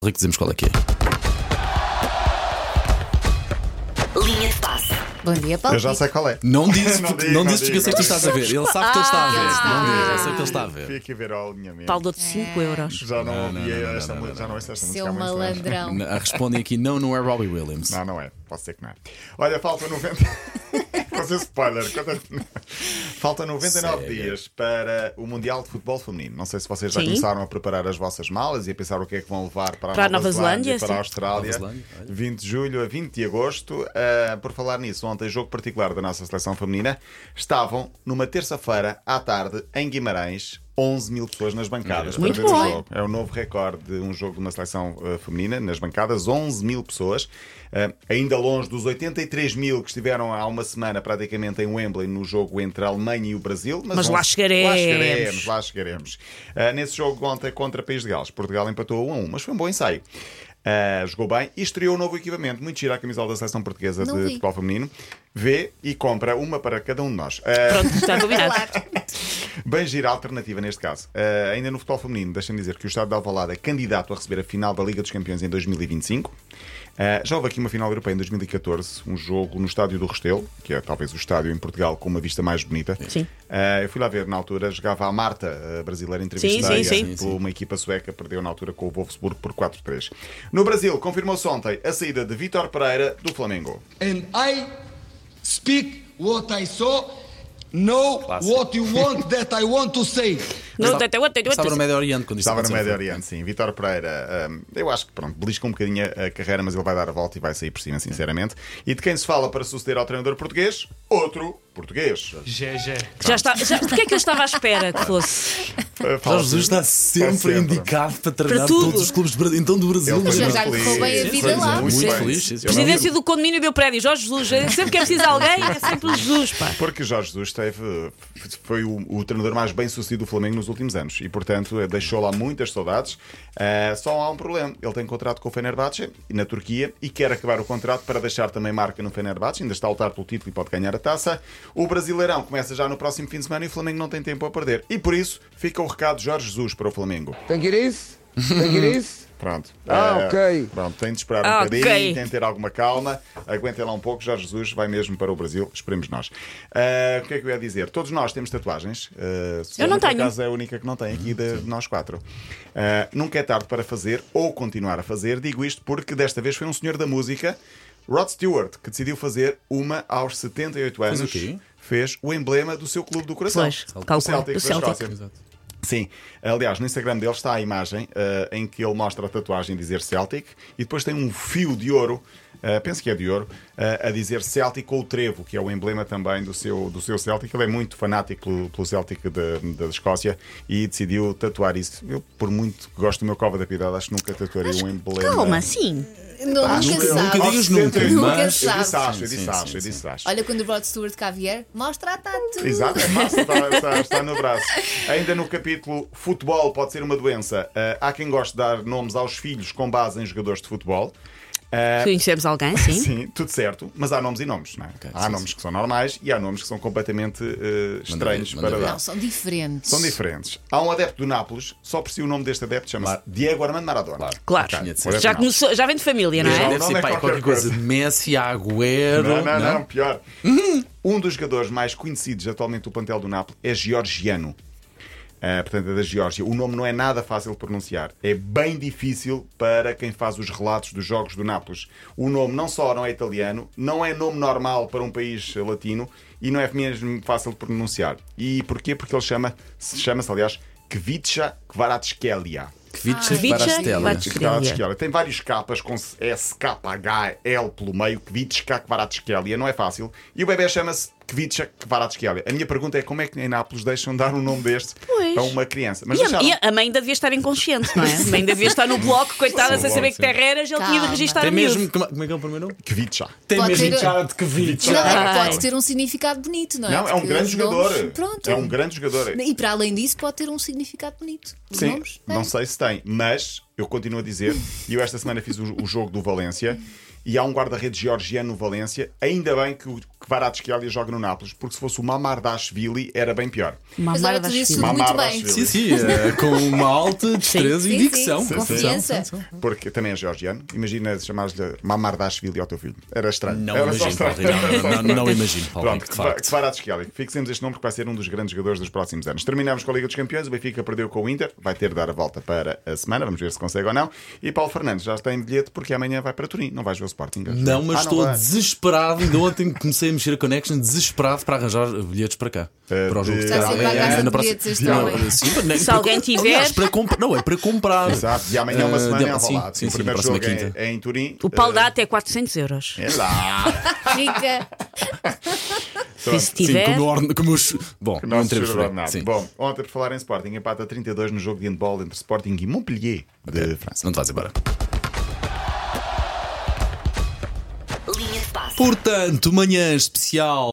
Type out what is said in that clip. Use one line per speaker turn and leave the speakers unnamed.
Rico, dizemos qual é que é.
Linha de passe.
Bom dia, Paulo.
Eu já sei qual é.
Não disse,
Não
não
digo, não Ah!
disse porque
digo,
eu sei que tu estás a ver. Ele sabe que tu estás a ver. Não diz, eu sei que ele está a
Fui
ver.
aqui ver ao alinhamento.
Paulo dou-te 5 euros.
Já não ouvi
não, não,
esta
não,
música. Já não ouço esta música.
Seu
há muitos anos.
malandrão.
N- ah, Respondem aqui, não, não é Robbie Williams.
Não, não é. Posso dizer que não é. Olha, falta 90. Vou ser spoiler. Conta- Falta 99
Sério?
dias para o Mundial de Futebol Feminino. Não sei se vocês já
Sim.
começaram a preparar as vossas malas e a pensar o que é que vão levar para a
Para a
Nova,
Nova Zelândia,
para a
sim.
Austrália.
Nova Zelândia, olha.
20 de julho a 20 de agosto. Ah, por falar nisso, ontem, jogo particular da nossa seleção feminina, estavam numa terça-feira à tarde em Guimarães. 11 mil pessoas nas bancadas
Muito
para ver
bom.
o jogo. É o novo recorde de um jogo de uma seleção eh, feminina nas bancadas, 11 mil pessoas, Eh, ainda longe dos 83 mil que estiveram há uma semana praticamente em Wembley no jogo entre a Alemanha e o Brasil.
Mas lá
11
chegaremos.
Lá chegaremos, lá chegaremos. Eh, nesse jogo ontem contra País de Gales, Portugal empatou 1 a 1, mas foi um bom ensaio. Eh, jogou bem e estreou um novo equipamento. Muito gira a camisola da seleção portuguesa
Não
de
vi.
futebol feminino. Vê e compra uma para cada um de nós. Eh,
Pronto, está combinado.
Bem gira a alternativa neste caso. Ah, ainda no futebol feminino, deixa-me dizer que o Estado de Alvalade é candidato a receber a final da Liga dos Campeões em 2025. Ah, já houve aqui uma final europeia em 2014, um jogo no estádio do Restelo, que é talvez o estádio em Portugal com uma vista mais bonita.
Sim.
Ah, eu fui lá ver na altura, jogava a Marta, a brasileira entrevistadeira,
sim, sim.
por uma equipa sueca, perdeu na altura com o Wolfsburg por 4-3. No Brasil, confirmou-se ontem a saída de Vítor Pereira do Flamengo.
and I speak what I saw, know what you want that I want to say.
Não, até- até- até- até-
Estava no Médio Oriente quando isto
Estava no
aconteceu.
Médio Oriente, sim. Vitor Pereira, hum, eu acho que pronto, belisca um bocadinho a carreira, mas ele vai dar a volta e vai sair por cima, sinceramente. E de quem se fala para suceder ao treinador português? Outro português.
Já está. Já, porque é que eu estava à espera que fosse?
Eh,
Jorge Jesus está sempre,
sempre.
indicado para treinar
tudo.
todos os clubes, bra- então do Brasil.
Ele foi
mas
Já
não.
já lhe roubei a vida lá.
Muito
bem.
feliz. sim, sim.
Eu não vi-
Presidência do condomínio meu prédio, Jorge Jesus. Sempre que é preciso alguém, é sempre o Jesus, pá.
Porque Jorge Jesus teve, foi o, o treinador mais bem sucedido do Flamengo nos últimos anos e, portanto, deixou lá muitas saudades. Ah, só há um problema: ele tem contrato com o Fenerbahçe e na Turquia e quer acabar o contrato para deixar também marca no Fenerbahçe. Ainda está a lutar pelo título e pode ganhar a taça. O Brasileirão começa já no próximo fim de semana e o Flamengo não tem tempo a perder. E por isso fica o recado de Jorge Jesus para o Flamengo.
Tem que ir isso? Tem que ir isso?
Pronto.
Ah,
Eh,
ok.
Pronto, tem de esperar um
Ah,
bocadinho,
ok.
tem de ter alguma calma. Aguentem lá um pouco, Jorge Jesus vai mesmo para o Brasil, esperemos nós. Eh, o que é que eu ia dizer? Todos nós temos tatuagens. eh, Susana,
não
por
tenho.
acaso, é a única que não tem aqui de, de nós quatro. Eh, nunca é tarde para fazer ou continuar a fazer. Digo isto porque desta vez foi um senhor da música, Rod Stewart, que decidiu fazer uma aos 78 anos.
o quê?
Fez o emblema do seu clube do coração.
Pois,
o
calculo,
Celtic,
o
da
Celtic.
Escócia. Sim, aliás, no Instagram dele está a imagem eh, em que ele mostra a tatuagem a dizer Celtic e depois tem um fio de ouro, eh, penso que é de ouro, eh, a dizer Celtic com o trevo, que é o emblema também do seu, do seu Celtic. Ele é muito fanático pelo, pelo Celtic da, da Escócia e decidiu tatuar isso. Eu, por muito que gosto do meu cova da piedade, acho que nunca tatuarei um emblema.
Calma, sim.
Não, nunca
nunca
sabe.
digas
Aos
nunca,
78,
mas-
Eu disse acho,
Sim,
eu disse
sim,
acho,
sim,
eu disse acho.
Olha quando o Rod Stewart cá vier, mostra a tatu.
Exato, é massa, está, está- está no braço. Ainda no capítulo Futebol pode ser uma doença. ah, há quem goste de dar nomes aos filhos com base em jogadores de futebol. Ah,
Conhecemos alguém, sim.
Sim, tudo certo, mas há nomes e nomes, não é? há
sim,
nomes que são normais e há nomes que são completamente ah, estranhos
ver, manda
para
ver.
dar.
Não, são diferentes.
São diferentes. Há um adepto do Nápoles, só por si o nome deste adepto chama-se Diego Armando Maradona.
Claro.
Tinha de ser.
Já, começou, já vem de família, não
Já.
é?
Deve
Não
ser
é
pai,
qualquer
qualquer coisa
coisa.
de Messi, Agüero.
Não, não, não, pior. Um dos jogadores mais conhecidos atualmente do plantel do Napoli é georgiano. Ah, portanto, é da Geórgia. O nome não é nada fácil de pronunciar. É bem difícil para quem faz os relatos dos jogos do Nápoles. O nome não só não é italiano, não é nome normal para um país eh, latino e não é mesmo fácil de pronunciar. E porquê? Porque ele chama, se chama-se, aliás, Kvicha Kvaratskhelia.
Ah,
Kvicha
Kvicha
Barastela.
Kvaratskhelia.
Kvaratskhelia. Tem vários capas com SKHL pelo meio, Kvitska Kvaratskhelia, não é fácil. E o bebê chama-se Kvitska Kvaratskhelia. A minha pergunta é como é que em Nápoles deixam dar um nome deste
Pois.
a uma criança? Mas
E a,
deixaram.
e a mãe ainda devia estar inconsciente, não é? A mãe ainda devia estar no bloco, coitada, sem saber que terra eras, ele tinha de
Calma.
registar
Tem
o miúdo.
mesmo. Como como é que é o primeiro nome?
Kvitska.
Tem
Ah, Pode
mesmo
ter-
cara de Kvicha.
Não, é
Ai.
que pode ter um significado bonito, não é?
Não, é um
Porque
grande
os
jogador.
nomes- Pronto.
É um grande jogador.
E para além disso, pode ter um significado bonito. Os
Sim,
nomes?
não
é.
sei se tem, mas Eu continuo a dizer. E eu esta semana fiz o, o jogo do Valência. E há um guarda-redes georgiano no Valência. Ainda bem que o Kvaratskhelia joga no Nápoles, porque se fosse o Mamardashvili era bem pior.
Mas olha, tu disse tudo muito bem.
Sim,
Mamardashvili.
sim, eh, com uma alta destreza
Sim,
e
sim,
dicção.
sim,
Confiança.
confiança.
Porque também é georgiano. Imagina chamares-lhe Mamardashvili ao teu filho. Era estranho.
Não é
Era
imagino,
só
Paulo
estranho.
Rico, não, não, não imagino, Paulo
Pronto,
Rico, de facto.
Kvaratskhelia. Fixemos este nome porque vai ser um dos grandes jogadores dos próximos anos. Terminamos com a Liga dos Campeões, o Benfica perdeu com o Inter, vai ter de dar a volta para a semana, vamos ver se consegue ou não. E Paulo Fernandes já tem bilhete porque amanhã vai para Turim, não vais ver o Sporting. acho.
Não, mas
Ah,
estou
vai.
desesperado. Ainda ontem comecei a mexer a connection, desesperado para arranjar bilhetes para cá.
Eh,
para o jogo
de-
de
Está
sempre à caça de bilhetes este homem.
Se alguém tiver.
para comp- Não, é para comprar.
Exato, e amanhã é uma
Eh,
semana
de-
em Alvalade.
Sim, sim,
o
sim, na
primeiro
próxima
jogo
quinta.
é, é em Turim.
O pau dá até 400 euros.
É lá.
Rica.
E se
Sim,
tiver.
como, orn... como os. Bom, não
Nosso
entremos por
jogador
aí.
nato.
Sim.
Bom, ontem por falar em Sporting, empata 32 no jogo de handball entre Sporting e Montpellier de França.
Não te vais embora.
Linha de passe.
Portanto, manhã especial.